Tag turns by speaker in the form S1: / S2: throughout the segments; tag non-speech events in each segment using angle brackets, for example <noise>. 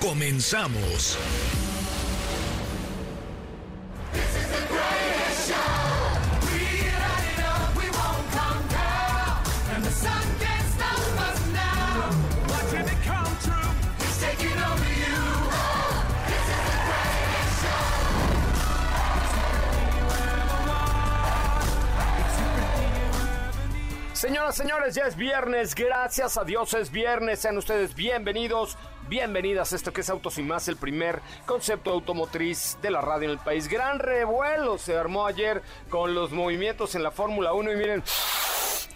S1: Comenzamos.
S2: Señoras, señores, ya es viernes, gracias a Dios es viernes, sean ustedes bienvenidos, bienvenidas a esto que es Autos y Más, el primer concepto automotriz de la radio en el país. Gran revuelo se armó ayer con los movimientos en la Fórmula 1 y miren,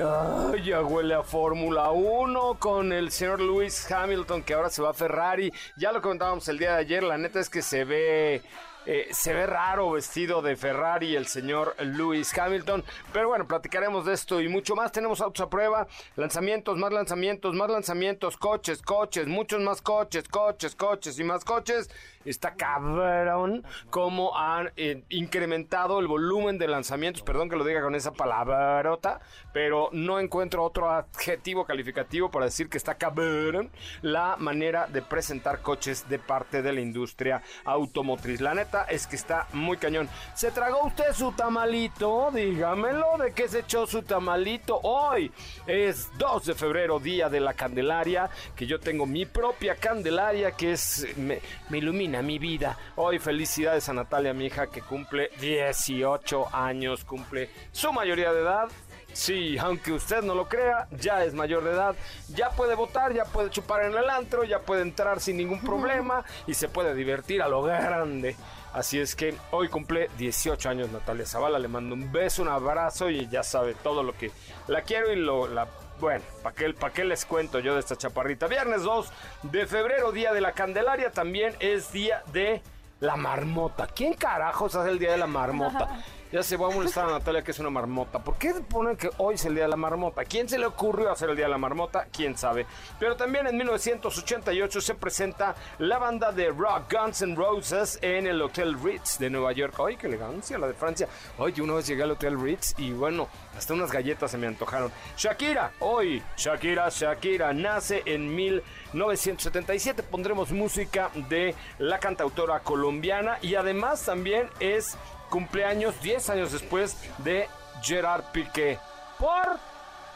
S2: ay, ya huele a Fórmula 1 con el señor Lewis Hamilton que ahora se va a Ferrari, ya lo comentábamos el día de ayer, la neta es que se ve... Eh, se ve raro vestido de Ferrari el señor Lewis Hamilton. Pero bueno, platicaremos de esto y mucho más. Tenemos autos a prueba, lanzamientos, más lanzamientos, más lanzamientos, coches, coches, muchos más coches, coches, coches y más coches. Está cabrón cómo han eh, incrementado el volumen de lanzamientos. Perdón que lo diga con esa palabrota, pero no encuentro otro adjetivo calificativo para decir que está cabrón la manera de presentar coches de parte de la industria automotriz. La neta es que está muy cañón. ¿Se tragó usted su tamalito? Dígamelo, ¿de qué se echó su tamalito hoy? Es 2 de febrero, día de la Candelaria, que yo tengo mi propia Candelaria, que es me, me ilumina mi vida. Hoy felicidades a Natalia, mi hija, que cumple 18 años, cumple su mayoría de edad. Sí, aunque usted no lo crea, ya es mayor de edad, ya puede votar, ya puede chupar en el antro, ya puede entrar sin ningún problema y se puede divertir a lo grande. Así es que hoy cumple 18 años Natalia Zavala, le mando un beso, un abrazo y ya sabe todo lo que la quiero y lo la bueno, ¿para qué, pa qué, les cuento yo de esta chaparrita? Viernes 2 de febrero, día de la Candelaria, también es día de la marmota. ¿Quién carajos hace el día de la marmota? Ya se va a molestar a Natalia que es una marmota. ¿Por qué ponen que hoy es el Día de la Marmota? ¿Quién se le ocurrió hacer el Día de la Marmota? ¿Quién sabe? Pero también en 1988 se presenta la banda de rock Guns N' Roses en el Hotel Ritz de Nueva York. ¡Ay, qué elegancia! La de Francia. Oye, una vez llegué al Hotel Ritz y bueno, hasta unas galletas se me antojaron. Shakira, hoy, Shakira, Shakira, nace en 1977. Pondremos música de la cantautora colombiana y además también es cumpleaños 10 años después de Gerard Piqué. Por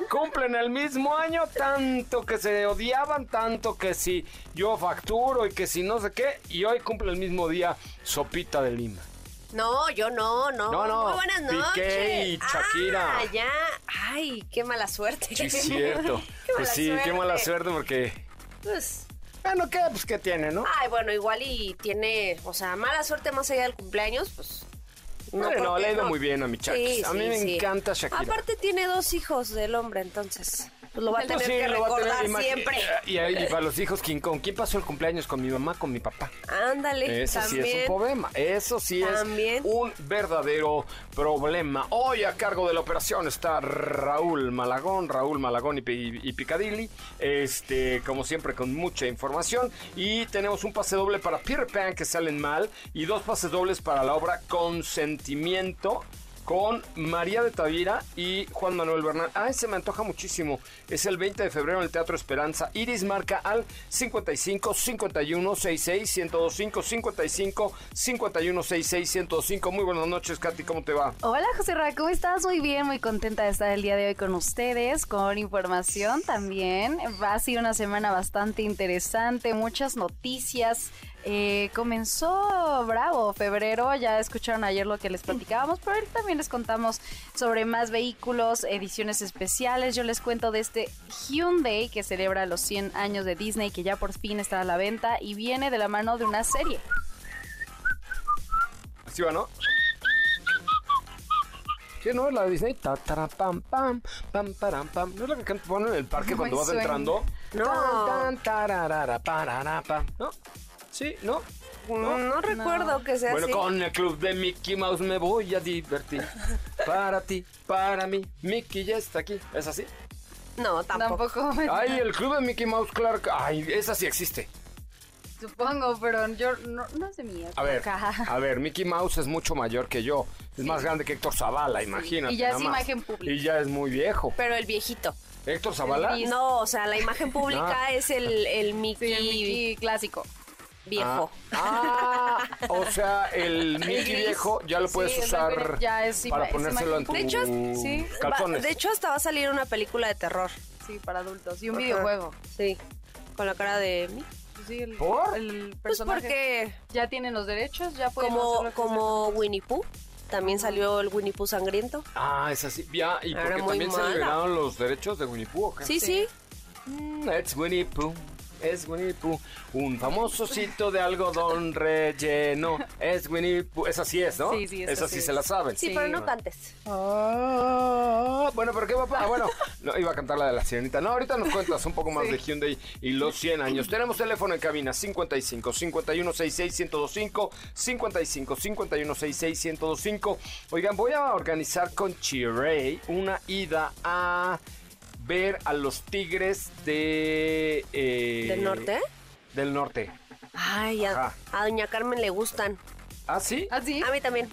S2: cumplen el mismo año, tanto que se odiaban, tanto que si yo facturo y que si no sé qué, y hoy cumple el mismo día Sopita de Lima.
S3: No, yo no, no.
S2: No, no.
S3: Muy buenas noches.
S2: Piqué y Shakira.
S3: Ah, ya. Ay, qué mala suerte.
S2: Sí, es cierto.
S3: <laughs> Qué
S2: pues
S3: mala
S2: sí,
S3: suerte.
S2: qué mala suerte porque.
S3: Pues,
S2: Bueno, ¿qué? Pues qué tiene, ¿no?
S3: ay, bueno, igual y tiene, o sea, mala suerte más allá del cumpleaños, pues.
S2: Hombre, no,
S3: porque
S2: le ha ido
S3: no.
S2: muy bien a mi Shakira.
S3: Sí,
S2: a mí
S3: sí,
S2: me
S3: sí.
S2: encanta Shakira.
S3: Aparte tiene dos hijos del hombre, entonces pues lo va a
S2: Pues
S3: tener
S2: sí,
S3: que
S2: lo va a tener,
S3: recordar
S2: imagi-
S3: siempre.
S2: Y, ahí para los hijos, King Kong. ¿Quién pasó el cumpleaños con mi mamá, con mi papá?
S3: Ándale,
S2: Eso
S3: también.
S2: sí es un problema. Eso sí es
S3: También.
S2: un verdadero problema. Hoy a cargo de la operación está Raúl Malagón, Raúl Malagón y, Pi- y Picadilly. Este, como siempre, con mucha información. Y tenemos un pase doble para Peter Pan que salen mal. Y dos pases dobles para la obra Consentimiento. Con María de Tavira y Juan Manuel Bernal. Ah, se me antoja muchísimo. Es el 20 de febrero en el Teatro Esperanza. Iris marca al 55 51 66 1025 55 51 66 1025. Muy buenas noches, Katy. ¿Cómo te va?
S4: Hola José Ra, ¿cómo estás? Muy bien, muy contenta de estar el día de hoy con ustedes, con información también. Va a ser una semana bastante interesante, muchas noticias. Eh, comenzó bravo febrero, ya escucharon ayer lo que les platicábamos, pero ahorita también les contamos sobre más vehículos, ediciones especiales. Yo les cuento de este Hyundai que celebra los 100 años de Disney, que ya por fin está a la venta y viene de la mano de una serie.
S2: Así va, ¿no? Sí, no, la de Disney. Ta, tara, pam, pam, pam, param, pam. ¿No es la que canta- ponen en el parque
S4: No me
S2: cuando vas
S4: suena.
S2: entrando?
S3: No.
S2: Tan, tan, tararara, parara, pam. ¿No? Sí, ¿no?
S3: No, recuerdo que sea
S2: Bueno,
S3: así.
S2: con el club de Mickey Mouse me voy a
S4: <laughs>
S2: divertir. Para ti, para mí, Mickey ya está aquí. ¿Es así?
S3: No, tampoco.
S4: Tampoco me
S2: Ay, el club de Mickey Mouse, Clark. Ay, esa sí existe.
S4: supongo, pero yo no, no es de mi
S2: A ver,
S4: época.
S2: a ver, Mickey Mouse es mucho mayor que yo. Es más grande que Héctor Zavala, imagínate.
S4: Y ya es
S2: nada más.
S4: imagen pública.
S2: Y ya es muy viejo.
S3: Pero el viejito.
S2: Héctor Zavala. Ah,
S4: gris.
S3: No, o sea, la imagen pública es el, el Mickey
S4: <laughs> Sí, el Mickey clásico.
S3: viejo.
S2: Ah, ah, o sea,
S4: <laughs>
S2: el Mickey
S3: gris.
S2: viejo ya lo puedes
S4: Sí, es la
S2: usar
S4: imagen- ya es ima-
S2: para
S4: es
S2: ponérselo en tus
S4: imagen
S3: pública. De
S4: hecho, sí.
S3: Va-
S2: calzones.
S3: de hecho, hasta va a salir una película de terror.
S4: Sí, para adultos. Y un
S3: Ajá.
S4: videojuego.
S3: Sí. Con la cara de Mickey.
S4: Sí, el,
S2: ¿Por?
S4: el
S3: Pues
S4: personaje.
S3: porque
S4: ya tienen los derechos, ya pueden hacer
S3: como,
S4: lo que
S3: como Winnie Pooh, también salió el Winnie Pooh sangriento.
S2: Ah, es así. Ya, y
S3: Era
S2: porque
S3: muy
S2: también se
S3: mala.
S2: liberaron los derechos de Winnie Pooh. ¿o qué?
S3: Sí, sí.
S2: Mm, Es Winnie Pooh. Es Winnie Pooh. Un famoso sitio de algodón relleno. Es Winnie Pooh. Esa sí es, ¿no?
S4: Sí, sí, esa
S2: Esa
S4: sí
S2: sí
S4: es.
S2: se la saben.
S3: Sí,
S4: Sí.
S3: pero no cantes.
S2: Ah, bueno, pero qué va Ah, bueno, no, iba a cantar la de la sirenita. No, ahorita nos cuentas un poco más de Hyundai y los 100 años. Tenemos teléfono en cabina 55 51 66 1025 55 51 66 1025. Oigan, voy a organizar con Chirey una ida a ver a los tigres de eh,
S3: ¿Del norte?
S2: Del norte.
S3: Ay, a,
S2: Ajá.
S3: a Doña Carmen le gustan.
S2: ¿Ah, sí?
S4: ¿Ah, sí?
S3: A mí también.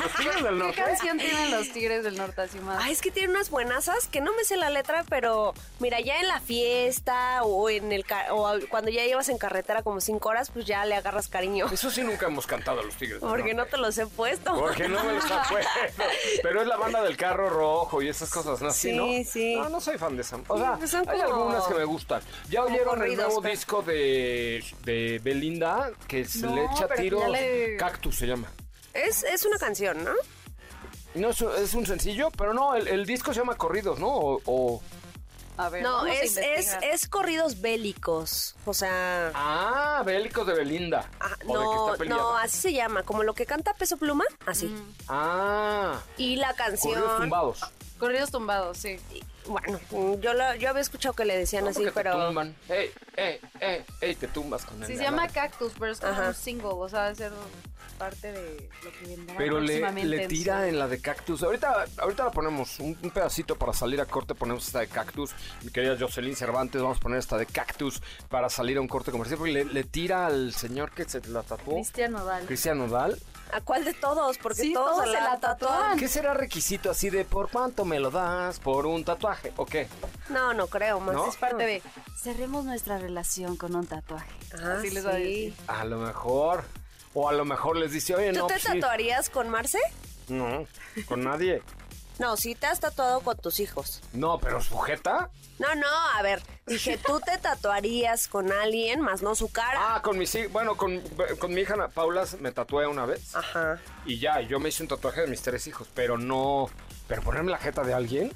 S2: ¿Los tigres del
S4: <laughs> ¿Qué
S2: norte?
S3: <laughs>
S4: canción tienen los Tigres del Norte así más?
S3: Ay, es que tiene unas buenazas que no me sé la letra, pero mira, ya en la fiesta o en el ca- o al- cuando ya llevas en carretera como cinco horas, pues ya le agarras cariño.
S2: Eso sí nunca hemos cantado a los tigres del norte.
S3: Porque no te los he puesto.
S2: Porque no me los
S3: <laughs>
S2: acuerdo. Pero es la banda del carro rojo y esas cosas, ¿no? Así,
S3: Sí,
S2: ¿no?
S3: sí.
S2: No, no soy fan de esa. O
S3: Sí,
S2: sea,
S3: pues son
S2: hay
S3: como-
S2: algunas que me gustan. ¿Ya
S3: como
S2: oyeron el
S3: corridos,
S2: nuevo
S3: pero-
S2: disco de, de Belinda? Que se
S4: No,
S2: le echa
S4: pero que
S2: tiros.
S4: ya le-
S2: Cactus se llama.
S3: Es, es una canción, ¿no?
S2: No, es, un- es un sencillo, pero no, el, el disco se llama Corridos, ¿no? O, o-
S4: A ver,
S3: No,
S4: vamos a
S3: es, es,
S4: investigar.
S3: es corridos bélicos. O sea.
S2: Ah, Bélicos de Belinda.
S3: ah,
S2: o de que está
S3: no,
S2: peleada.
S3: no, ah. así se llama. Como lo que canta Peso Pluma, así.
S2: Ah,
S3: Y la
S2: Corridos
S3: canción.
S2: tumbados.
S4: Corridos tumbados, sí.
S3: y- Bueno, yo, la- yo había escuchado que le decían
S2: No,
S3: así,
S2: porque te
S3: pero.
S2: tumban. Ey, ey, ey, ey, te tumbas con el
S4: Sí, se
S2: galán.
S4: llama Cactus, pero es como
S3: Ajá.
S4: un single, o sea, va a ser parte de lo que vendrá
S2: Pero le,
S4: próximamente
S2: le
S4: en
S2: tira en la de cactus. Ahorita, ahorita la ponemos un, un pedacito para salir a corte. Ponemos esta de cactus. Mi querida Jocelyn Cervantes, vamos a poner esta de cactus para salir a un corte comercial. Porque le, le tira al señor que se la
S4: su-
S2: tatuó,
S4: Cristian Nodal.
S2: Cristian Nodal.
S3: ¿A cuál de todos? Porque
S4: Sí,
S3: todos, se la tatúan.
S2: ¿Qué será requisito así de por cuánto me lo das por un tatuaje? ¿O qué?
S3: No, no creo, más
S2: ¿No?
S3: es parte de.
S4: Cerremos nuestra relación con un tatuaje.
S3: Ah,
S4: Así les va a
S3: sí.
S4: decir.
S2: A lo mejor. O a lo mejor les dice, oye,
S3: ¿Tú
S2: no,
S3: te
S2: pues sí.
S3: tatuarías con Marce?
S2: No, con nadie.
S3: No, sí te has tatuado con tus hijos.
S2: No, pero sujeta.
S3: No, no, a ver, dije, tú te tatuarías con alguien, más no su cara.
S2: Ah, con mi, sí- bueno, con, con mi hija Ana Paula me tatué una vez.
S3: Ajá.
S2: Y ya, yo me hice un tatuaje de mis tres hijos, pero no. Pero ponerme la jeta de alguien.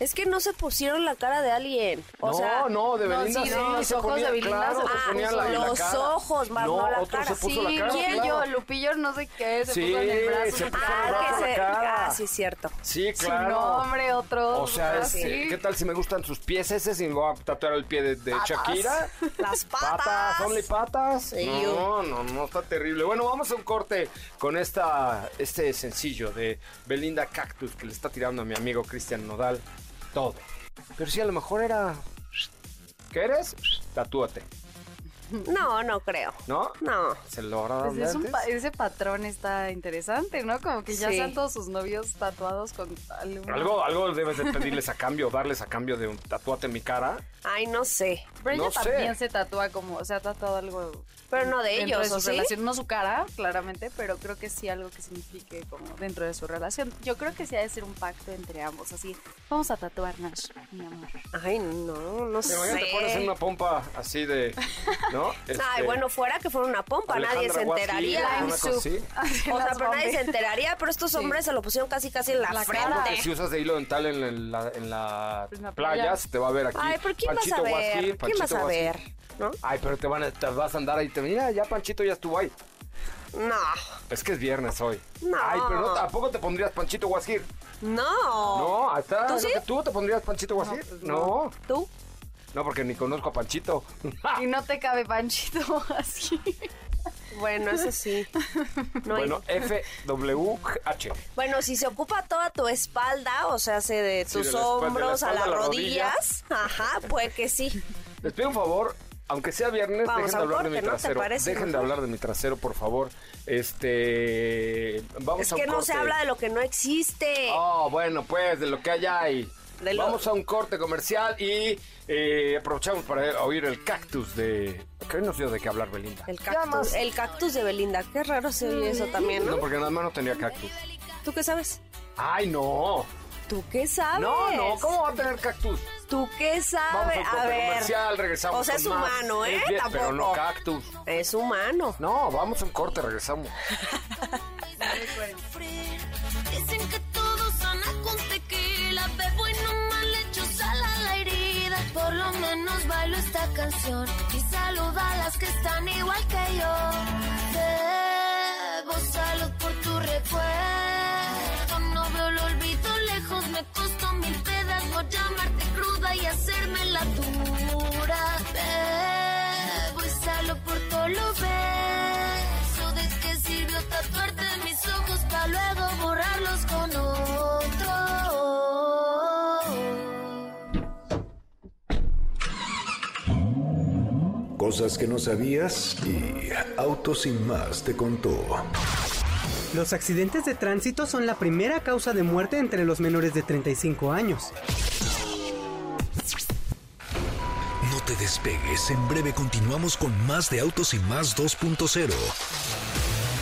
S3: Es que no se pusieron la cara de alguien. O
S2: no,
S3: sea,
S2: no, de
S4: no,
S2: Belinda
S4: sí,
S2: sí,
S4: no, los
S2: se
S4: ojos
S2: ponía,
S4: de Belinda
S2: claro,
S4: se
S2: se
S3: puso-
S2: ponía la, la
S3: los
S2: cara.
S3: ojos, más
S2: no,
S3: no la
S2: otro
S3: cara.
S2: se puso
S4: Sí,
S2: la cara.
S4: ¿quién
S2: claro.
S4: yo? Lupillo, no sé qué, se
S2: Sí,
S4: puso en el brazo.
S2: se puso en
S4: una
S2: el
S4: cara,
S2: brazo
S3: Ah,
S2: la
S3: que se...
S2: cara.
S3: Ah, sí,
S2: <laughs>
S3: es cierto.
S2: Sí,
S4: su
S2: claro.
S4: nombre, otro.
S2: O sea,
S4: otro,
S2: es-
S4: sí.
S2: ¿qué tal si me gustan sus pies ese? Si me voy a tatuar el pie de, de Shakira.
S3: Las patas.
S2: Patas, only patas.
S3: Ew.
S2: No, no, no, está terrible. Bueno, vamos a un corte con esta, este sencillo de Belinda Cactus que le está tirando a mi amigo Cristian Nodal todo. Pero sí, a lo mejor era. ¿Qué eres? Tatúate,
S3: No, no creo.
S2: ¿no?
S3: No.
S2: Se lo habrá dado
S4: Pues es un
S2: antes?
S4: pa- ese patrón está interesante, ¿no? Como que ya
S3: Sí.
S4: sean todos sus novios tatuados con algún-
S2: Algo, algo debes de pedirles a cambio, darles a cambio de un tatúate en mi cara.
S3: Ay, no sé.
S4: Pero ella
S2: no sé.
S4: también se tatúa como, o sea, ha tatuado algo.
S3: Pero no de
S4: dentro
S3: ellos,
S4: su
S3: ¿o sí?
S4: relación, no su cara, claramente, pero creo que sí algo que signifique como dentro de su relación. Yo creo que sí ha de ser un pacto entre ambos, así, vamos a tatuarnos, mi amor. <laughs>
S3: Ay, no, no sé.
S2: Imagínate, pones en una pompa así de. ¿no?
S3: Ay,
S2: Este,
S3: bueno, fuera que fuera una pompa, nadie se
S2: Alejandra Guassi,
S3: enteraría. <laughs>
S2: alguna cosa así.
S3: O sea, pero nadie se enteraría, pero estos
S4: Sí.
S3: hombres se lo pusieron casi casi en la,
S4: La
S3: frente.
S4: cara.
S2: Que si usas de hilo dental en, la, en Pues la
S4: En la
S2: playa,
S4: playa.
S2: se te va a ver aquí.
S3: Ay, ¿por quién vas a
S2: Panchito
S3: ver?
S2: Guasquín,
S3: ¿Quién vas
S2: Panchito
S3: a
S2: Guasquín.
S3: ver? ¿No?
S2: Ay, pero te, van a- te vas a andar ahí. Te, mira, ya Panchito ya estuvo ahí.
S3: No,
S2: Es que es viernes hoy.
S3: No.
S2: Ay, pero no, ¿a poco te pondrías Panchito Guasquir?
S3: no.
S2: No, ahí está.
S3: ¿Tú
S2: ¿Tú,
S3: sí?
S2: ¿Tú te pondrías Panchito Guasquir?
S4: pues
S2: No,
S4: no.
S2: no.
S3: ¿Tú?
S2: porque ni conozco a Panchito.
S4: Y no te cabe panchito <laughs> así.
S3: Bueno, eso
S2: <laughs>
S3: sí. No hay-
S2: Bueno, FWH.
S3: Bueno, si se ocupa toda tu espalda, o sea, se de
S2: Sí, de
S3: tus
S2: la espalda- de la
S3: hombros
S2: espalda
S3: a
S2: a
S3: las
S2: las
S3: rodillas, ajá, pues
S2: <laughs>
S3: que sí.
S2: Les pido un favor, aunque sea viernes,
S3: Vamos
S2: dejen
S3: a
S2: de
S3: un
S2: hablar de mi
S3: corte, ¿no? ¿Te
S2: trasero.
S3: parece
S2: dejen de
S3: mejor?
S2: hablar de mi trasero, por favor. Este, vamos
S3: Es
S2: a un
S3: que no se
S2: corte.
S3: habla de lo que no existe.
S2: Oh, bueno, pues de lo que hay ahí.
S3: De lo-
S2: Vamos a un corte comercial y eh, aprovechamos para oír el cactus de. ¿Qué nos dio de qué hablar Belinda?
S3: El cactus, el cactus de Belinda, qué raro se oye eso también,
S2: No,
S3: ¿no?
S2: porque nada más no tenía cactus.
S3: ¿Tú qué sabes?
S2: ¡Ay, no!
S3: ¿Tú qué sabes?
S2: No, no, ¿cómo va a tener cactus?
S3: ¿Tú qué
S2: Vamos
S3: sabes?
S2: a un
S3: a
S2: corte
S3: ver.
S2: comercial, regresamos.
S3: O sea, es
S2: con más.
S3: humano, ¿eh?
S2: Es bien,
S3: Tampoco.
S2: Pero no cactus.
S3: Es humano.
S2: No, vamos a un corte, regresamos.
S5: Dicen que todo sana con tequila, bebo y no mal hecho sala la herida. Por lo menos bailo esta canción y saluda a las que están igual que yo. Debo salud por tu recuerdo, no veo el olvido lejos, me costó mil pedas por llamarte cruda y hacerme la dura. Bebo y salud por todo lo beso de que sirvió tatuarte en mis ojos para luego borrarlos con otro.
S1: Cosas que no sabías y Auto Sin Más te contó.
S6: Los accidentes de tránsito son la primera causa de muerte entre los menores de 35 años.
S1: No te despegues, en breve continuamos con más de Autos y Más 2.0.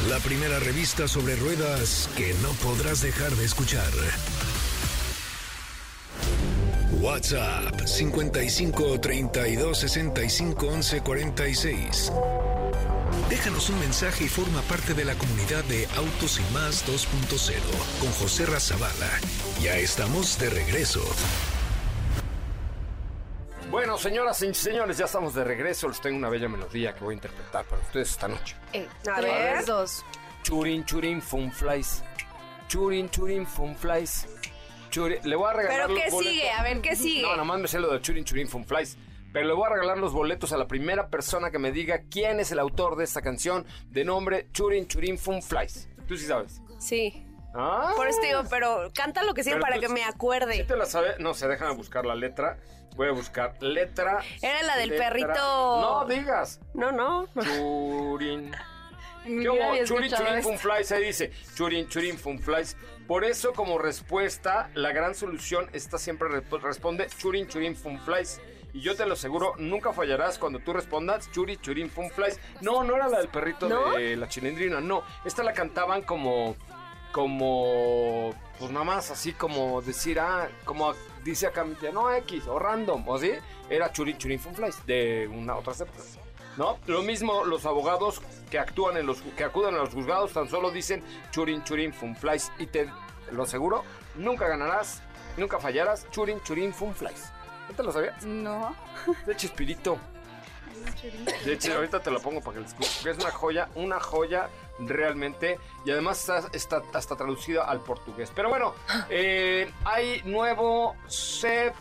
S1: La primera revista sobre ruedas que no podrás dejar de escuchar. WhatsApp 55 32 65 11 46. Déjanos un mensaje y forma parte de la comunidad de Autos y Más 2.0 con José Razabala. Ya estamos de regreso.
S2: Bueno, señoras y señores, ya estamos de regreso. Les tengo una bella melodía que voy a interpretar para ustedes esta noche.
S4: Eh,
S3: A
S4: tres,
S3: ver.
S4: dos.
S2: Churin, churin, funflies. Churin, churin, funflies. Churin- Le voy a regalar
S3: Pero
S2: los
S3: qué
S2: boletos.
S3: sigue, a ver qué sigue.
S2: No, nomás me sé lo de Churin Churin Funflies. Pero le voy a regalar los boletos a la primera persona que me diga quién es el autor de esta canción de nombre Churin Churin Funflies. Tú sí sabes.
S3: Sí.
S2: ¿Ah?
S3: Por eso te digo, pero canta lo que sigue
S2: Pero
S3: para
S2: tú
S3: que
S2: sí-
S3: me acuerde.
S2: ¿Sí te la sabes? No sé, déjame buscar la letra. Voy a buscar letra.
S3: Era la del
S2: letra.
S3: perrito.
S2: No digas.
S3: No, no.
S2: Churin. ¿Qué
S4: Yo
S2: hubo?
S4: había
S2: Churin,
S4: escuchado
S2: churin,
S4: esto.
S2: funflies, ahí dice. Churin, churin, funflies. Por eso, como respuesta, la gran solución está siempre resp- responde churin, churin, funflies. Y yo te lo aseguro, nunca fallarás cuando tú respondas churi, churin, funflies. No, no era la del perrito
S3: ¿No?
S2: de la chilindrina, no. Esta la cantaban como, como, pues nada más así como decir, ah, como dice acá, no X, o random, o así. Era churin, churin, funflies, de una otra épocas. ¿no? Lo mismo los abogados que actúan en los que acuden a los juzgados tan solo dicen churin churin funflies y te lo aseguro, nunca ganarás, nunca fallarás, churin churin funflies. ¿No te lo sabías?
S4: No.
S2: De Chispirito. De hecho, ahorita te lo pongo para que lo escuches. porque Es una joya, una joya realmente. Y además está, está hasta traducida al portugués. Pero bueno, eh, hay nuevo Seb.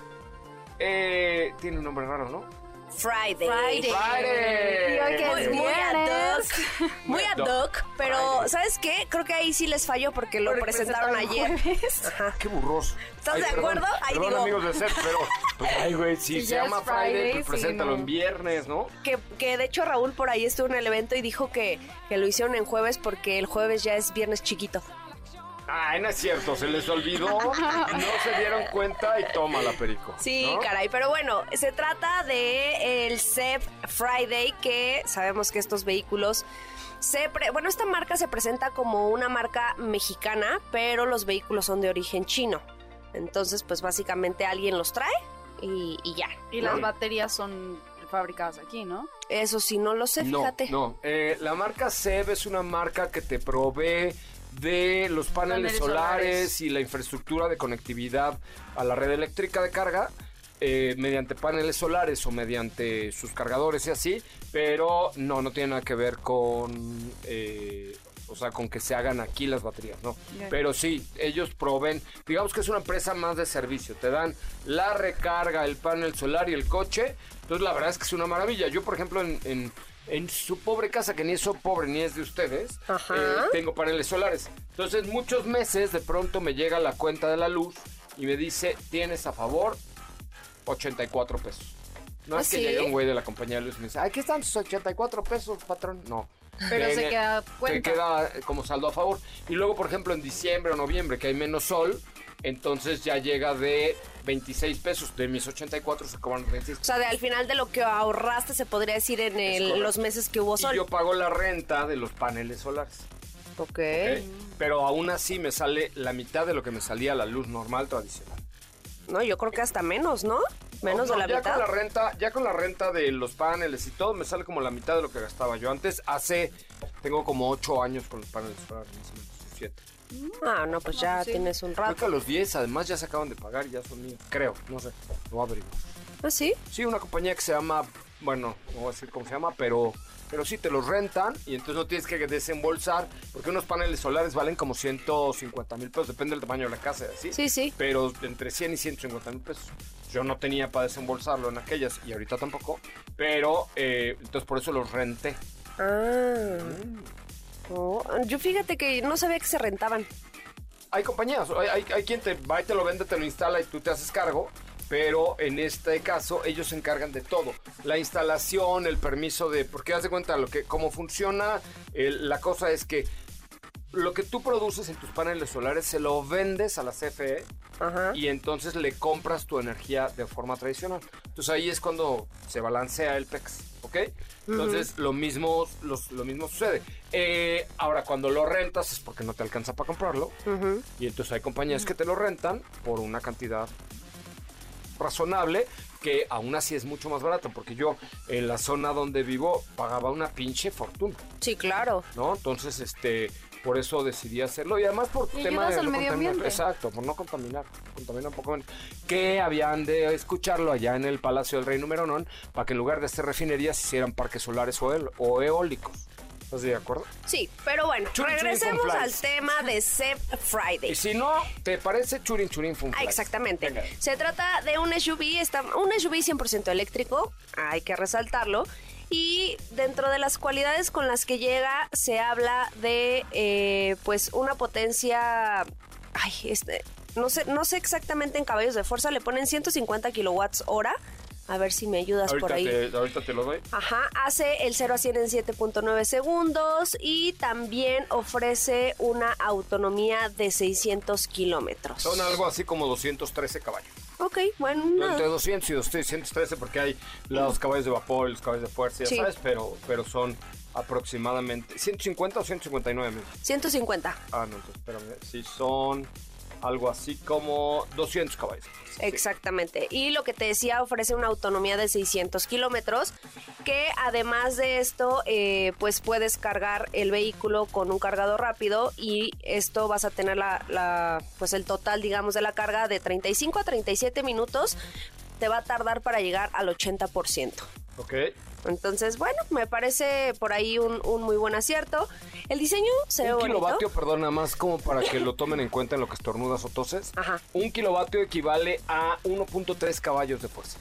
S2: eh, tiene un nombre raro, ¿no?
S3: Friday.
S4: Friday.
S2: Friday.
S4: Y hoy que
S3: Muy,
S4: es
S3: muy ad
S4: viernes.
S3: hoc. Muy ad hoc. Pero, ¿sabes qué? Creo que ahí sí les falló porque lo
S4: Porque <laughs>
S3: presentaron
S4: presentaron
S3: ayer. Ajá.
S2: Qué burros.
S3: ¿Estás de acuerdo? Ahí
S2: perdón,
S3: digo.
S2: amigos de set, pero.
S3: <laughs>
S2: pues, ay, güey, si, se
S4: Si ya es
S2: llama Friday,
S4: Friday,
S2: pues
S4: sí,
S2: preséntalo
S4: no.
S2: en viernes, ¿no?
S3: Que, que de hecho Raúl por ahí estuvo en el evento y dijo que, que lo hicieron en jueves porque el jueves ya es viernes chiquito.
S2: Ay, no es cierto, se les
S3: <laughs>
S2: olvidó, no se dieron cuenta y toma la perico.
S3: Sí,
S2: ¿no?
S3: caray, pero bueno, se trata de el CEP Friday, que sabemos que estos vehículos se pre- bueno, esta marca se presenta como una marca mexicana, pero los vehículos son de origen chino. Entonces, pues básicamente alguien los trae y, y ya.
S4: Y las baterías son fabricadas aquí, ¿no?
S3: Eso sí, no lo sé,
S2: No,
S3: fíjate.
S2: no. eh, la marca Seb es una marca que te provee de los paneles, solares,
S4: Paneles solares.
S2: y la infraestructura de conectividad a la red eléctrica de carga eh, mediante paneles solares o mediante sus cargadores y así, pero no, no tiene nada que ver con... eh, o sea, con que se hagan aquí las baterías, ¿no?
S4: Ya.
S2: Pero sí, ellos proveen, digamos que es una empresa más de servicio, te dan la recarga, el panel solar y el coche, entonces la verdad es que es una maravilla. Yo, por ejemplo, en, en- en su pobre casa, que ni es so pobre ni es de ustedes,
S3: Ajá.
S2: eh, tengo paneles solares. Entonces, muchos meses de pronto me llega la cuenta de la luz y me dice, tienes a favor 84 pesos. No
S3: ¿Ah,
S2: es que
S3: sí?
S2: llegue un güey de la compañía de luz y me dice, aquí están sus 84 pesos, patrón. No.
S4: Pero
S2: Te-
S4: se queda
S2: te
S4: cuenta.
S2: queda eh, como saldo a favor. Y luego, por ejemplo, en diciembre o noviembre, que hay menos sol, entonces ya llega de 26 pesos. De mis 84 se cobran 26
S3: O sea, de, al final de lo que ahorraste se podría decir en el-
S2: correcto.
S3: los meses que hubo sol.
S2: Y yo pago la renta de los paneles solares.
S3: Ok.
S2: ¿ok? Pero aún así me sale la mitad de lo que me salía la luz normal tradicional.
S3: No, yo creo que hasta menos, ¿no? Menos
S2: No,
S3: de la
S2: ya
S3: mitad.
S2: Con la renta, ya con la renta de los paneles y todo, me sale como la mitad de lo que gastaba yo antes. Hace, tengo como 8 años con los paneles solares, más o menos, 7.
S3: Ah, no, pues ya tienes un
S2: Creo
S3: rato.
S2: que a los 10, además ya se acaban de pagar y ya son míos. Creo, no sé, no abrimos.
S3: ¿Ah, sí?
S2: Sí, una compañía que se llama, bueno, no voy a decir cómo se llama, pero, pero sí te los rentan y entonces no tienes que desembolsar, porque unos paneles solares valen como 150 mil pesos, depende del tamaño de la casa, ¿sí?
S3: Sí, sí.
S2: Pero entre 100 y 150 mil pesos. Yo no tenía para desembolsarlo en aquellas y ahorita tampoco, pero eh, entonces por eso los renté.
S3: Ah.
S2: Mm.
S3: Oh, Yo fíjate que no sabía que se rentaban.
S2: Hay compañías, hay, hay- hay quien te va y te lo vende, te lo instala y tú te haces cargo, pero en este caso ellos se encargan de todo. La instalación, el permiso de... Porque haz de cuenta lo que, cómo funciona, el- la cosa es que lo que tú produces en tus paneles solares se lo vendes a la CFE
S3: Ajá.
S2: y entonces le compras tu energía de forma tradicional. Entonces ahí es cuando se balancea el PEX, ¿ok? Entonces lo, mismo, los- lo mismo sucede. Eh, ahora, cuando lo rentas es porque no te alcanza para comprarlo.
S3: Ujú.
S2: Y entonces hay compañías que te lo rentan por una cantidad razonable que aún así es mucho más barato porque yo en la zona donde vivo pagaba una pinche fortuna,
S3: Sí, claro.
S2: ¿no? Entonces, este, por eso decidí hacerlo y además por
S4: Y
S2: tema
S4: ayudas
S2: de
S4: al
S2: no
S4: medio
S2: contaminar.
S4: ambiente.
S2: Exacto, por no contaminar, contaminar un poco menos. Que habían de escucharlo allá en el Palacio del Rey Número Non para que en lugar de hacer refinerías hicieran parques solares o, el- o eólicos. ¿Estás de acuerdo?
S3: Sí, pero bueno,
S2: Churin, churin,
S3: regresemos
S2: con
S3: al
S2: flies.
S3: tema de Sep Friday.
S2: Y si no, ¿te parece churin churin fun
S3: Ah,
S2: fly?
S3: exactamente.
S2: Venga.
S3: Se trata de un SUV, está, un SUV 100% eléctrico, hay que resaltarlo. Y dentro de las cualidades con las que llega, se habla de eh, pues una potencia. Ay, este, no sé, no sé exactamente en caballos de fuerza, le ponen 150 kilowatts hora. A ver si me ayudas por
S2: Ahorita
S3: ahí.
S2: te- ahorita te lo doy.
S3: Ajá, hace el 0 a 100 en 7.9 segundos y también ofrece una autonomía de 600 kilómetros.
S2: Son algo así como 213 caballos.
S3: Ok, bueno, no.
S2: Entre 200 y 213 porque hay los caballos de vapor y los caballos de fuerza, ya
S3: Sí.
S2: sabes, pero, pero son aproximadamente 150 o 159 mil.
S3: 150.
S2: Ah, no, entonces espérame. Sí, son algo así como 200 caballos. Sí.
S3: Exactamente. Y lo que te decía, ofrece una autonomía de 600 kilómetros, que además de esto, eh, pues puedes cargar el vehículo con un cargador rápido y esto vas a tener la, la, pues el total, digamos, de la carga de 35 a 37 minutos. Te va a tardar para llegar al 80%.
S2: Ok.
S3: Entonces, bueno, me parece por ahí un, un muy buen acierto. El diseño se ve
S2: un
S3: bonito.
S2: kilovatio, perdón, nada más como para que lo tomen en cuenta en lo que estornudas o toses.
S3: Ajá.
S2: Un kilovatio equivale a 1.3 caballos de fuerza.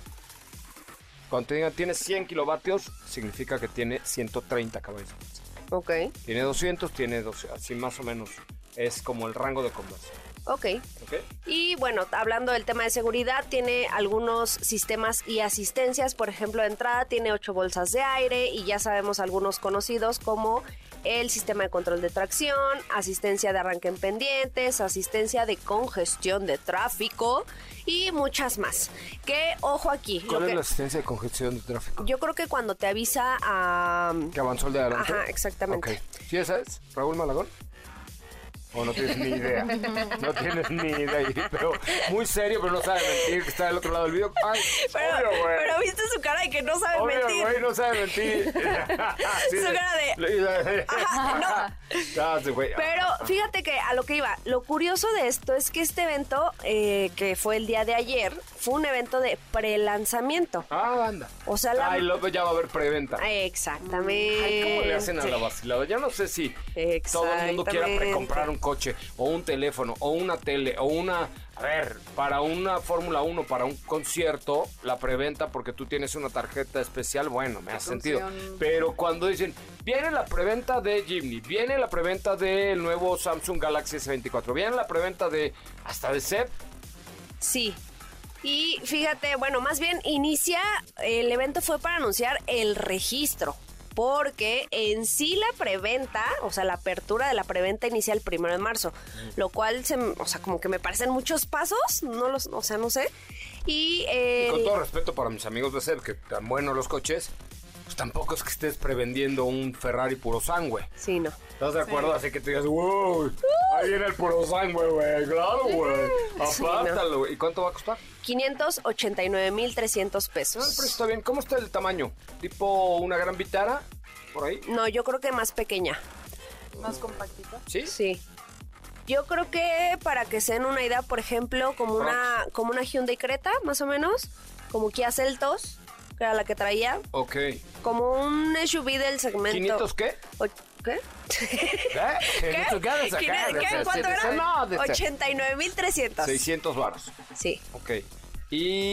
S2: Cuando te digan tienes 100 kilovatios, significa que tiene 130 caballos de fuerza.
S3: Ok,
S2: Tiene 200, tiene 12, así más o menos. Es como el rango de conversión.
S3: ok.
S2: ¿ok?
S3: Y bueno, hablando del tema de seguridad, tiene algunos sistemas y asistencias. Por ejemplo, de entrada tiene ocho bolsas de aire y ya sabemos algunos conocidos como el sistema de control de tracción, asistencia de arranque en pendientes, asistencia de congestión de tráfico y muchas más. Que ojo aquí. lo
S2: ¿Cuál es
S3: que-
S2: la asistencia de congestión de tráfico?
S3: Yo creo que cuando te avisa a...
S2: ¿Que avanzó el de adelante?
S3: Ajá, exactamente.
S2: Ok. ¿Sí esa es? ¿Raúl Malagón? O no tienes ni
S3: <laughs>
S2: idea. No tienes ni idea. y- Pero muy serio, pero no sabe mentir, que está del otro lado del video. Ay,
S3: Pero,
S2: obvio, güey.
S3: pero viste su cara de que no sabe
S2: Obvio,
S3: mentir.
S2: güey, no sabe mentir. Sí,
S3: <laughs> Su
S2: sí.
S3: cara de-
S2: Lo- y la-
S3: Ajá,
S2: <laughs> Ah, sí, güey.
S3: Pero fíjate que a lo que iba, lo curioso de esto es que este evento, eh, que fue el día de ayer, fue un evento de prelanzamiento.
S2: Ah, anda.
S3: O sea, la-
S2: Ay, loco, ya va a haber preventa.
S3: Exactamente.
S2: Ay, ¿Cómo le hacen a la vacilada? Yo no sé si todo el mundo quiera
S3: Este. Exactamente.
S2: precomprar un coche o un teléfono o una tele o una A ver, para una Fórmula 1, para un concierto, la preventa porque tú tienes una tarjeta especial, bueno, me hace sentido. Pero cuando dicen, viene la preventa de Jimny, viene la preventa del nuevo Samsung Galaxy S24, viene la preventa de hasta de Zep,
S3: Sí. Y fíjate, bueno, más bien inicia, el evento fue para anunciar el registro, porque en sí la preventa, o sea, la apertura de la preventa inicia el primero de marzo,
S2: Mm.
S3: lo cual, se, m- o sea, como que me parecen muchos pasos, no los, o sea, no sé. Y, eh,
S2: Y con todo respeto para mis amigos de Seb, que tan buenos los coches, pues tampoco es que estés prevendiendo un Ferrari puro sangre.
S3: sí, no.
S2: ¿Estás de acuerdo? Así que tú digas, wow, ahí viene el puro sangre, güey, claro, güey.
S3: Sí, no.
S2: Apártalo, güey. ¿Y cuánto va a costar?
S3: 589.300
S2: No, el precio
S3: pesos.
S2: está bien. ¿Cómo está el tamaño? ¿Tipo una gran vitara? ¿Por ahí?
S3: No, yo creo que más pequeña.
S4: Más compactito.
S2: ¿Sí?
S3: Sí. Yo creo que para que se den una idea, por ejemplo, como una, como una Hyundai Creta, más o menos, como Kia Celtos, que era la que traía,
S2: Ok.
S3: como un SUV del segmento.
S2: ¿500 qué?
S3: O- ¿Qué?
S2: ¿Eh? <laughs>
S3: ¿Qué?
S2: ¿500 qué? De
S3: ¿Qué?
S2: sacar, de
S3: ¿Qué?
S2: hacer,
S3: ¿Cuánto
S2: de hacer,
S3: era?
S2: No, de hacer.
S3: 89.300.
S2: 600 varos.
S3: Sí.
S2: Ok.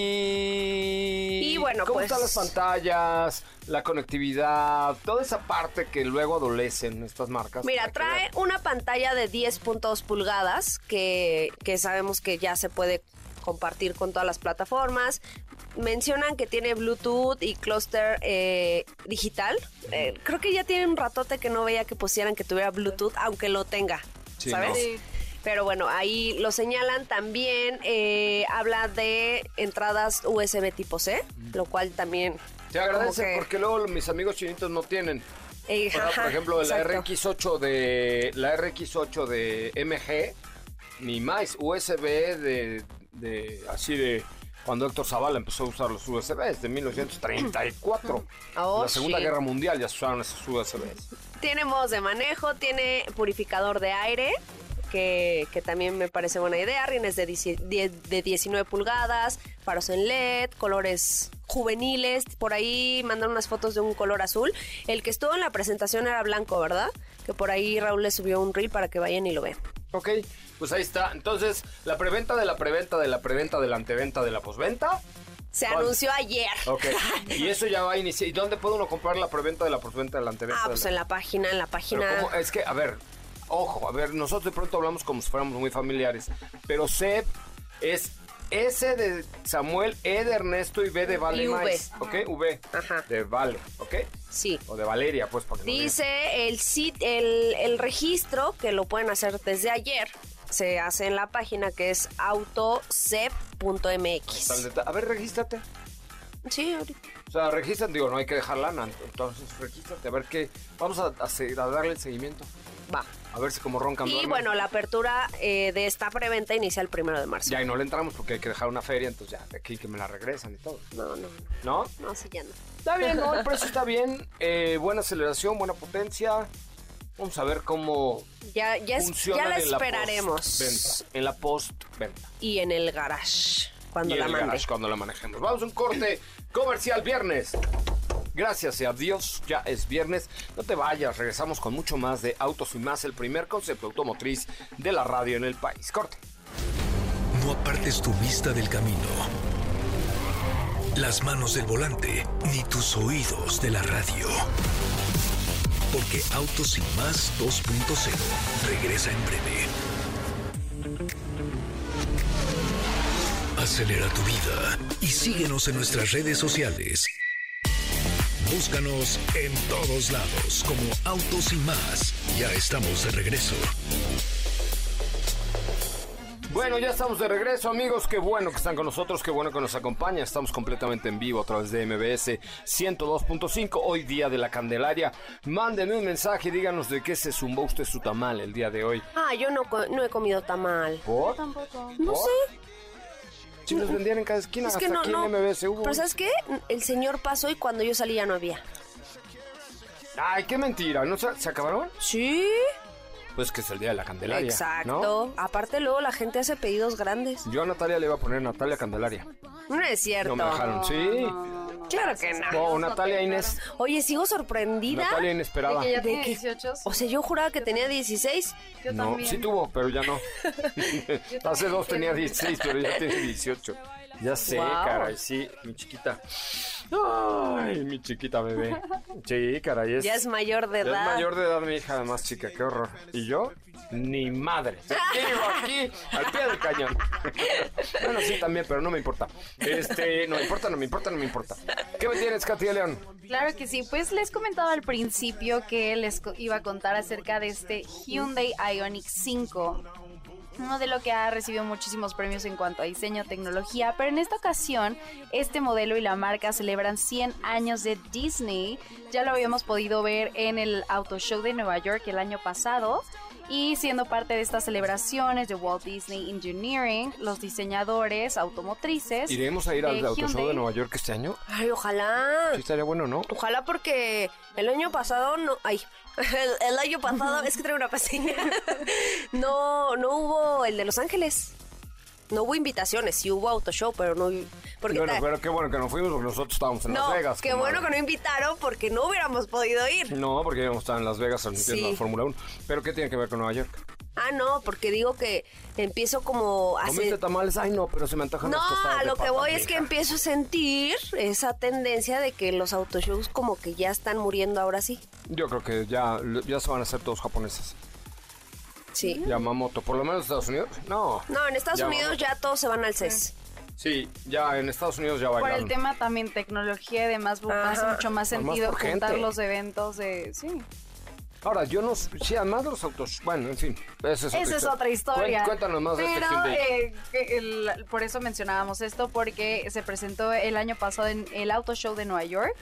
S2: Y...
S3: Y bueno,
S2: ¿Cómo
S3: pues-
S2: están las pantallas, la conectividad, toda esa parte que luego adolecen estas marcas?
S3: Mira,
S2: Para que
S3: trae
S2: vean.
S3: una pantalla de 10.2 pulgadas que, que sabemos que ya se puede compartir con todas las plataformas. Mencionan que tiene Bluetooth y clúster eh, digital. Eh, creo que ya tiene un ratote que no veía que pusieran que tuviera Bluetooth, aunque lo tenga.
S2: Sí,
S3: ¿Sabes?
S2: ¿no?
S4: Sí.
S3: Pero bueno, ahí lo señalan también. eh, habla de entradas USB tipo C, lo cual también.
S2: Te agradece
S3: como que-
S2: porque luego mis amigos chinitos no tienen.
S3: eh,
S2: O sea,
S3: ajá,
S2: por ejemplo, la
S3: exacto.
S2: RX8 de la RX8 de MG ni más USB de, de así de cuando Héctor Zavala empezó a usar los USBs de 1934.
S3: Oh,
S2: la Segunda
S3: sí.
S2: Guerra Mundial ya se usaron esos USBs.
S3: Tiene modos de manejo, tiene purificador de aire, que, que también me parece buena idea, rines de, 10 de 19 pulgadas, faros en LED, colores juveniles, por ahí mandan unas fotos de un color azul. El que estuvo en la presentación era blanco, ¿verdad? Que por ahí Raúl le subió un reel para que vayan y lo vean.
S2: Ok, pues ahí está. Entonces, la preventa de la preventa de la preventa de la anteventa de la posventa.
S3: Se
S2: Vale.
S3: anunció ayer.
S2: Ok,
S3: <laughs>
S2: y eso ya va a iniciar. ¿Y dónde puede uno comprar la preventa de la posventa de la anteventa?
S3: Ah,
S2: de
S3: pues
S2: la-
S3: en la página, en la
S2: Pero
S3: página.
S2: ¿cómo? es que, a ver, ojo, a ver, nosotros de pronto hablamos como si fuéramos muy familiares, pero Seb es S de Samuel, E de Ernesto y B de Vale
S3: Y V.
S2: Mais, ¿ok? V,
S3: Ajá.
S2: de Vale, ¿ok?
S3: Sí.
S2: O de Valeria, pues, para que no
S3: Dice el, sit- el, el registro, que lo pueden hacer desde ayer, se hace en la página que es
S2: digan tal
S3: autocep.mx.
S2: deta- A ver, regístrate.
S3: Sí, ahorita.
S2: O sea, regístrate, digo, no hay que dejar lana, entonces regístrate, a ver qué. Vamos a, a seguir- a darle el seguimiento,
S3: Va.
S2: a ver si como roncan
S3: Y
S2: duermen.
S3: bueno, la apertura eh, de esta preventa inicia el primero de marzo.
S2: Ya, y no le entramos porque hay que dejar una feria, entonces ya, de aquí que me la regresan y todo,
S3: No, no, no,
S2: ¿no?
S3: no, sí, ya no.
S2: Está bien, ¿no? El precio está bien. eh, buena aceleración, buena potencia. Vamos a ver cómo
S3: Ya, ya, es-
S2: funciona
S3: ya la
S2: en la
S3: esperaremos.
S2: postventa. En la postventa.
S3: Y en el garage,
S2: Y
S3: cuando
S2: en
S3: la
S2: el
S3: mande.
S2: garage cuando la manejemos. Vamos a un corte comercial viernes. Gracias y adiós, ya es viernes. No te vayas, regresamos con mucho más de Autos y Más, el primer concepto automotriz de la radio en el país. Corte.
S1: No apartes tu vista del camino, las manos del volante, ni tus oídos de la radio. Porque Autos y Más 2.0 regresa en breve. Acelera tu vida y síguenos en nuestras redes sociales. Búscanos en todos lados como Autos y Más. Ya estamos de regreso.
S2: Bueno, ya estamos de regreso, amigos. Qué bueno que están con nosotros, qué bueno que nos acompañan. Estamos completamente en vivo a través de MBS 102.5, hoy día de la Candelaria. Mándenme un mensaje y díganos de qué se zumbó usted su tamal el día de hoy.
S3: Ah, yo no, co- no he comido tamal.
S2: ¿Por?
S4: Tampoco.
S3: No
S2: ¿Por?
S3: sé,
S2: Si nos vendían en cada esquina,
S3: es que
S2: hasta
S3: no,
S2: aquí
S3: no.
S2: en MBS hubo.
S3: Pero ¿sabes qué? El señor pasó y cuando yo salí ya no había.
S2: Ay, qué mentira, ¿no? ¿Se, se acabaron?
S3: Sí.
S2: Pues que es el día de la Candelaria. ¿no?
S3: Exacto. Aparte luego la gente hace pedidos grandes.
S2: Yo a Natalia le iba a poner Natalia Candelaria.
S3: No es cierto.
S2: No me dejaron, sí.
S4: No, no, no.
S3: Claro que no.
S2: No, Natalia Inés.
S3: Oye, sigo sorprendida.
S2: Natalia inesperada.
S4: Que ya
S3: ¿De
S4: tiene
S3: qué?
S4: 18.
S3: O sea, yo juraba que tenía 16.
S4: yo
S2: No,
S4: también.
S2: sí tuvo, pero ya
S3: <laughs>
S2: no. <laughs> Hace dos tenía 16, pero ya tiene 18. Ya sé,
S3: Guau.
S2: caray, sí, mi chiquita. Ay, mi chiquita bebé. Sí, caray, es.
S3: Ya es mayor
S2: ya
S3: de
S2: es
S3: edad.
S2: mayor de edad mi hija, además, chica, qué horror. ¿Y yo? Ni
S3: <laughs>
S2: madre. Digo aquí, al pie del cañón. bueno, sí, también, pero no me importa. Este, no me importa, no me importa, no me importa. ¿Qué me tienes, Katia León?
S4: Claro que sí, pues les comentaba al principio que les co- iba a contar acerca de este Hyundai Ioniq 5. Un modelo que ha recibido muchísimos premios en cuanto a diseño, tecnología, pero en esta ocasión este modelo y la marca celebran 100 años de Disney. Ya lo habíamos podido ver en el Auto Show de Nueva York el año pasado. Y siendo parte de estas celebraciones de Walt Disney Engineering, los diseñadores automotrices.
S2: ¿Iremos a ir al
S4: de
S2: autoshow de
S4: Hyundai-
S2: Nueva York este año?
S3: Ay, ojalá.
S2: Sí, estaría bueno, ¿no?
S3: Ojalá porque el año pasado no. Ay. El, el año pasado, es que traigo una pastilla. <laughs> No, no hubo el de Los Ángeles. No hubo invitaciones, sí hubo autoshow, pero no. Porque
S2: Bueno,
S3: ta-
S2: pero qué bueno que no fuimos porque nosotros estábamos en
S3: no,
S2: Las Vegas.
S3: qué
S2: comadre.
S3: bueno que no invitaron porque no hubiéramos podido ir.
S2: No, porque íbamos a estar en Las Vegas transmitiendo
S3: Sí.
S2: la Fórmula 1. ¿Pero qué tiene que ver con Nueva York?
S3: Ah, no, porque digo que empiezo como a
S2: ¿Comiste
S3: sen-
S2: tamales? Ay, no, pero se me antojan
S3: No,
S2: las tostadas
S3: a
S2: de
S3: lo que
S2: papa,
S3: voy es
S2: mija.
S3: que empiezo a sentir esa tendencia de que los autoshows como que ya están muriendo ahora sí.
S2: Yo creo que ya, ya se van a hacer todos japoneses.
S3: Sí.
S2: Yamamoto, por lo menos en Estados Unidos. No.
S3: No, en Estados
S2: Yamamoto.
S3: Unidos ya todos se van al CES.
S2: Sí, ya en Estados Unidos ya
S4: Por
S2: bailaron.
S4: el tema también tecnología y demás, bu-
S3: Ajá.
S4: hace mucho
S2: Además,
S4: más sentido
S2: por gente.
S4: juntar los eventos de... Sí,
S2: Ahora, yo no... Sí, además los autos... Bueno, en fin. Esa es otra,
S4: esa es otra historia.
S2: Cuen- Cuéntanos más de este
S4: Pero,
S2: Hyundai.
S4: eh, que el- por eso mencionábamos esto, porque se presentó el año pasado en el Auto Show de Nueva York.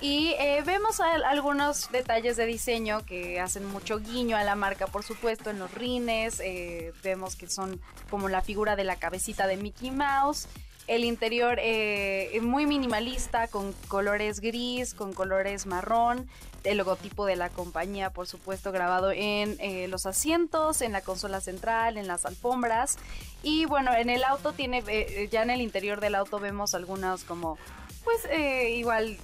S4: Y eh, vemos al- algunos detalles de diseño que hacen mucho guiño a la marca, por supuesto, en los rines. eh, vemos que son como la figura de la cabecita de Mickey Mouse. El interior eh, muy minimalista, con colores gris, con colores marrón. El logotipo de la compañía, por supuesto, grabado en eh, los asientos, en la consola central, en las alfombras. Y bueno, en el auto tiene, eh, ya en el interior del auto vemos algunas como, pues eh, igual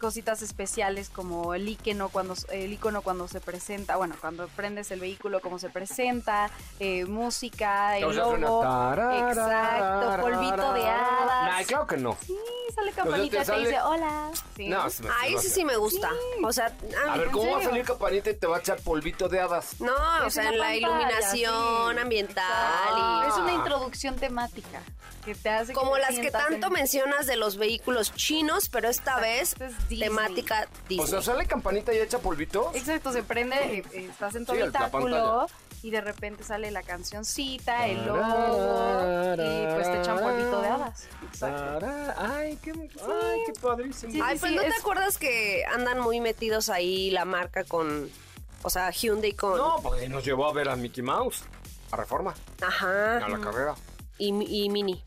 S4: cositas especiales como el icono cuando el icono cuando se presenta bueno cuando prendes el vehículo cómo se presenta eh, música el
S2: O sea, suena
S4: logo
S2: tarara,
S4: exacto, polvito de hadas.
S2: Nah, claro que no.
S4: Sí, sale
S2: O sea, te
S4: campanita
S2: sale-
S4: te dice hola. Sí.
S2: No, se me hace
S3: Ah, Ahí sí
S2: demasiado.
S3: sí me gusta. O sea, a
S2: A
S3: mí-
S2: ver, ¿cómo
S4: ¿En
S2: va a
S4: serio?
S2: salir Caparita y te va a echar polvito de hadas?
S3: no, o
S4: Es
S3: sea,
S4: una
S3: en la
S4: pantalla,
S3: iluminación
S4: sí.
S3: ambiental
S4: Ah, Es
S3: y
S2: Ah.
S4: una introducción temática que te hace
S3: Ah. como
S4: te
S3: las que
S4: sientas
S3: tanto
S4: en-
S3: mencionas de los vehículos chinos, pero esta vez
S4: Este es Disney.
S3: temática
S2: O
S3: Disney.
S2: sea, ¿sale campanita y echa polvito?
S4: Exacto, se prende, eh, eh, estás en tu
S2: Sí, el- la
S4: habitáculo
S2: pantalla.
S4: y de repente sale la cancioncita, el logo y pues te echan polvito de hadas. Exacto.
S2: Tará, Ay, qué, ay, qué padrísimo.
S4: Sí,
S3: Ay, pues
S4: sí,
S3: no te
S4: es-
S3: acuerdas que andan muy metidos ahí la marca con o sea, Hyundai con
S2: No, porque nos llevó a ver a Mickey Mouse, a Reforma,
S3: ajá
S2: a la carrera.
S3: y, y Mini,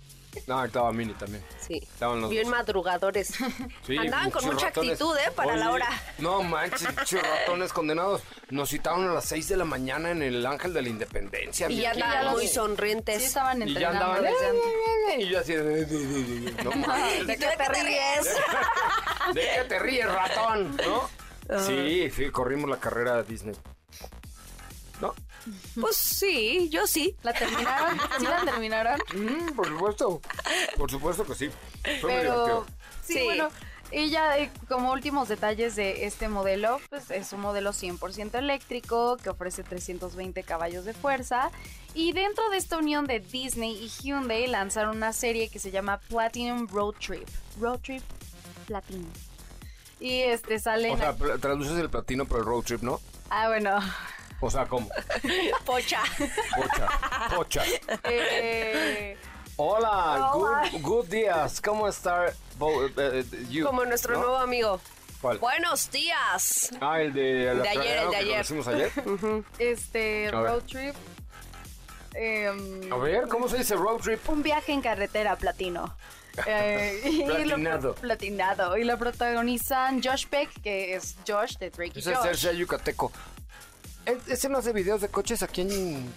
S2: No, ahí estaba Mini también.
S3: sí.
S2: Estaban los
S3: Bien
S2: dos.
S3: madrugadores.
S2: <laughs> Sí,
S3: Andaban con
S2: pinches
S3: mucha
S2: ratones.
S3: actitud, ¿eh? Para la
S2: Oye,
S3: hora.
S2: No manches, pinches ratones condenados. Nos citaron a las 6 de la mañana en el Ángel de la Independencia.
S3: Y ya
S2: Mickey
S3: andaban
S2: Mouse.
S3: muy
S4: Sí,
S3: sonrientes.
S4: estaban
S2: Y ya
S4: entrenando
S2: andaban. "Eh".
S4: desde antes.
S2: <laughs> Y yo así. de-
S3: <laughs>
S2: No manches.
S3: ¿De qué te ríes? <laughs>
S2: ¿De qué te ríes, ratón?
S3: Ah.
S2: ¿No? Sí, sí, corrimos la carrera a Disney. ¿No?
S3: Pues sí, yo sí.
S4: ¿La terminaron? ¿Sí la terminaron?
S2: Mm, por supuesto. Por supuesto que sí. Fue muy
S4: Pero
S2: divertido.
S4: sí,
S3: Sí.
S4: bueno, y ya eh, como últimos detalles de este modelo, pues es un modelo 100% eléctrico que ofrece 320 caballos de fuerza y dentro de esta unión de Disney y Hyundai lanzaron una serie que se llama Platinum Road Trip. Road Trip Platinum. Y este sale
S2: O sea, pl- traduces el platino por el road trip, ¿no?
S4: Ah, bueno. <laughs>
S2: O sea, ¿cómo? <laughs>
S3: Pocha.
S2: Pocha, pocha.
S4: Eh,
S2: Hola,
S3: Oh,
S4: Hola.
S2: Good, good días. ¿Cómo está bo- eh, eh, you?
S3: Como nuestro
S2: ¿No?
S3: nuevo amigo.
S2: ¿Cuál?
S3: Buenos días.
S2: Ah, el de, la
S3: De ayer,
S2: carrera
S3: el de
S2: que
S3: ayer.
S2: conocimos
S3: <laughs>
S2: ayer.
S4: este
S2: A ver.
S4: Road Trip em,
S2: A ver, ¿cómo se dice road trip?
S4: un viaje en carretera
S2: <laughs>
S4: platino. Eh, y lo-
S2: Platinado.
S4: platinado. Y la protagonizan Josh Peck, que es Josh de Drake y
S2: Ese es
S4: Josh.
S2: Sergio Yucateco. E- Ese no hace videos de coches aquí en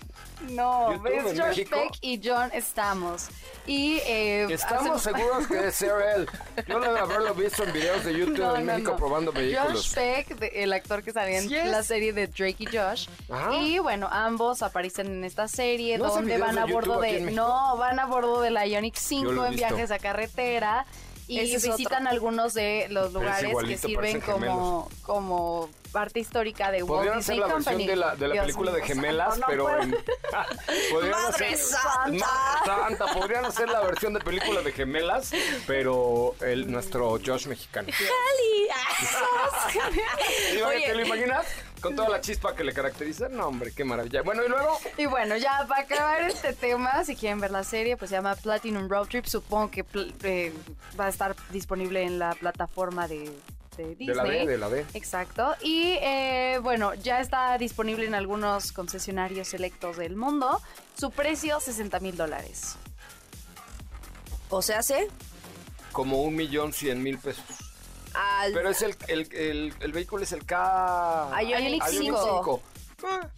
S4: No,
S2: YouTube en
S4: es George
S2: México.
S4: Peck y John Estamos. Y eh,
S2: Estamos
S4: hacemos-
S2: seguros que es él. Yo debo haberlo visto en videos de YouTube
S4: <laughs> No,
S2: en
S4: no,
S2: México
S4: no.
S2: probando
S4: Josh
S2: vehículos.
S4: Peck, de- el actor que salía en
S2: ¿Sí es?
S4: la serie de Drake y Josh.
S2: Ajá.
S4: Y bueno, ambos aparecen en esta serie
S2: ¿No hace
S4: donde
S2: videos
S4: van
S2: de
S4: a bordo
S2: YouTube aquí
S4: de.
S2: en México?
S4: No, van a bordo de la Ionic 5
S2: lo he
S4: en
S2: visto.
S4: viajes a carretera. Y
S3: Ese es
S4: visitan algunos de los lugares que
S2: igualito,
S4: sirven
S2: parecen
S4: como, como parte histórica de Walt
S2: Podrían hacer
S4: Disney
S2: la versión
S4: Company.
S2: de la, de la
S4: Dios
S2: película de
S4: mío, santo,
S2: gemelas,
S4: no
S2: pero
S4: puedo.
S2: en... <laughs> podrían
S3: ¡Madre santa!
S2: Madre santa! Podrían hacer la versión de película de gemelas, pero el, nuestro Josh mexicano. Sí, oye, ¿Te lo
S3: Oye,
S2: imaginas? Con toda la chispa que le caracteriza. No, hombre, qué maravilla. Bueno, y luego...
S4: Y bueno, ya para acabar este tema, si quieren ver la serie, pues se llama Platinum Road Trip. Supongo que pl- eh, va a estar disponible en la plataforma de, de Disney.
S2: De la D, de la D.
S4: Exacto. Y eh, bueno, ya está disponible en algunos concesionarios selectos del mundo. Su precio, 60 mil dólares.
S3: o sea, hace
S2: Como un millón cien mil pesos.
S3: al
S2: Pero es el, el, el, el vehículo es el K...
S3: Ay, Ioniq
S2: Ioniq
S3: 5.
S2: Ah.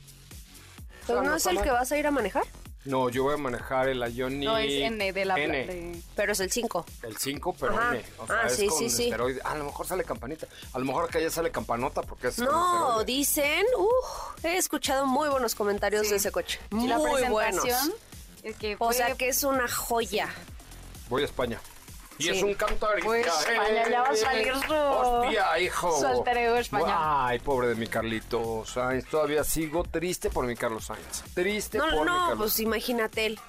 S3: ¿Pero no es
S2: está
S3: el
S2: mal.
S3: que vas a ir a manejar?
S2: No, yo voy a manejar el Ioniq...
S4: No es N de la pla-
S2: N.
S4: de-
S3: Pero es el 5.
S2: El 5, pero
S3: Ajá.
S2: N. O sea,
S3: Ah,
S2: es
S3: sí,
S2: con
S3: sí, sí.
S2: esteroide. Ah, a lo mejor sale campanita. A lo mejor acá ya sale campanota porque es. con
S3: No,
S2: esteroide.
S3: dicen, uh, he escuchado muy buenos comentarios
S4: Sí.
S3: de ese coche.
S4: Y
S3: Muy
S4: la presentación.
S3: buenos.
S4: es que
S3: O
S4: fue-
S3: sea que es una joya.
S2: Voy a España. Y
S3: Sí.
S2: es un cantor.
S4: Pues, España, ya va a salir su-
S2: eh, Hostia, hijo.
S4: su alter ego español.
S2: Ay, pobre de mi Carlito Sainz. Todavía sigo triste por mi Carlos Sainz. Triste
S3: No,
S2: por mi
S3: no,
S2: Carlos.
S3: pues imagínate él.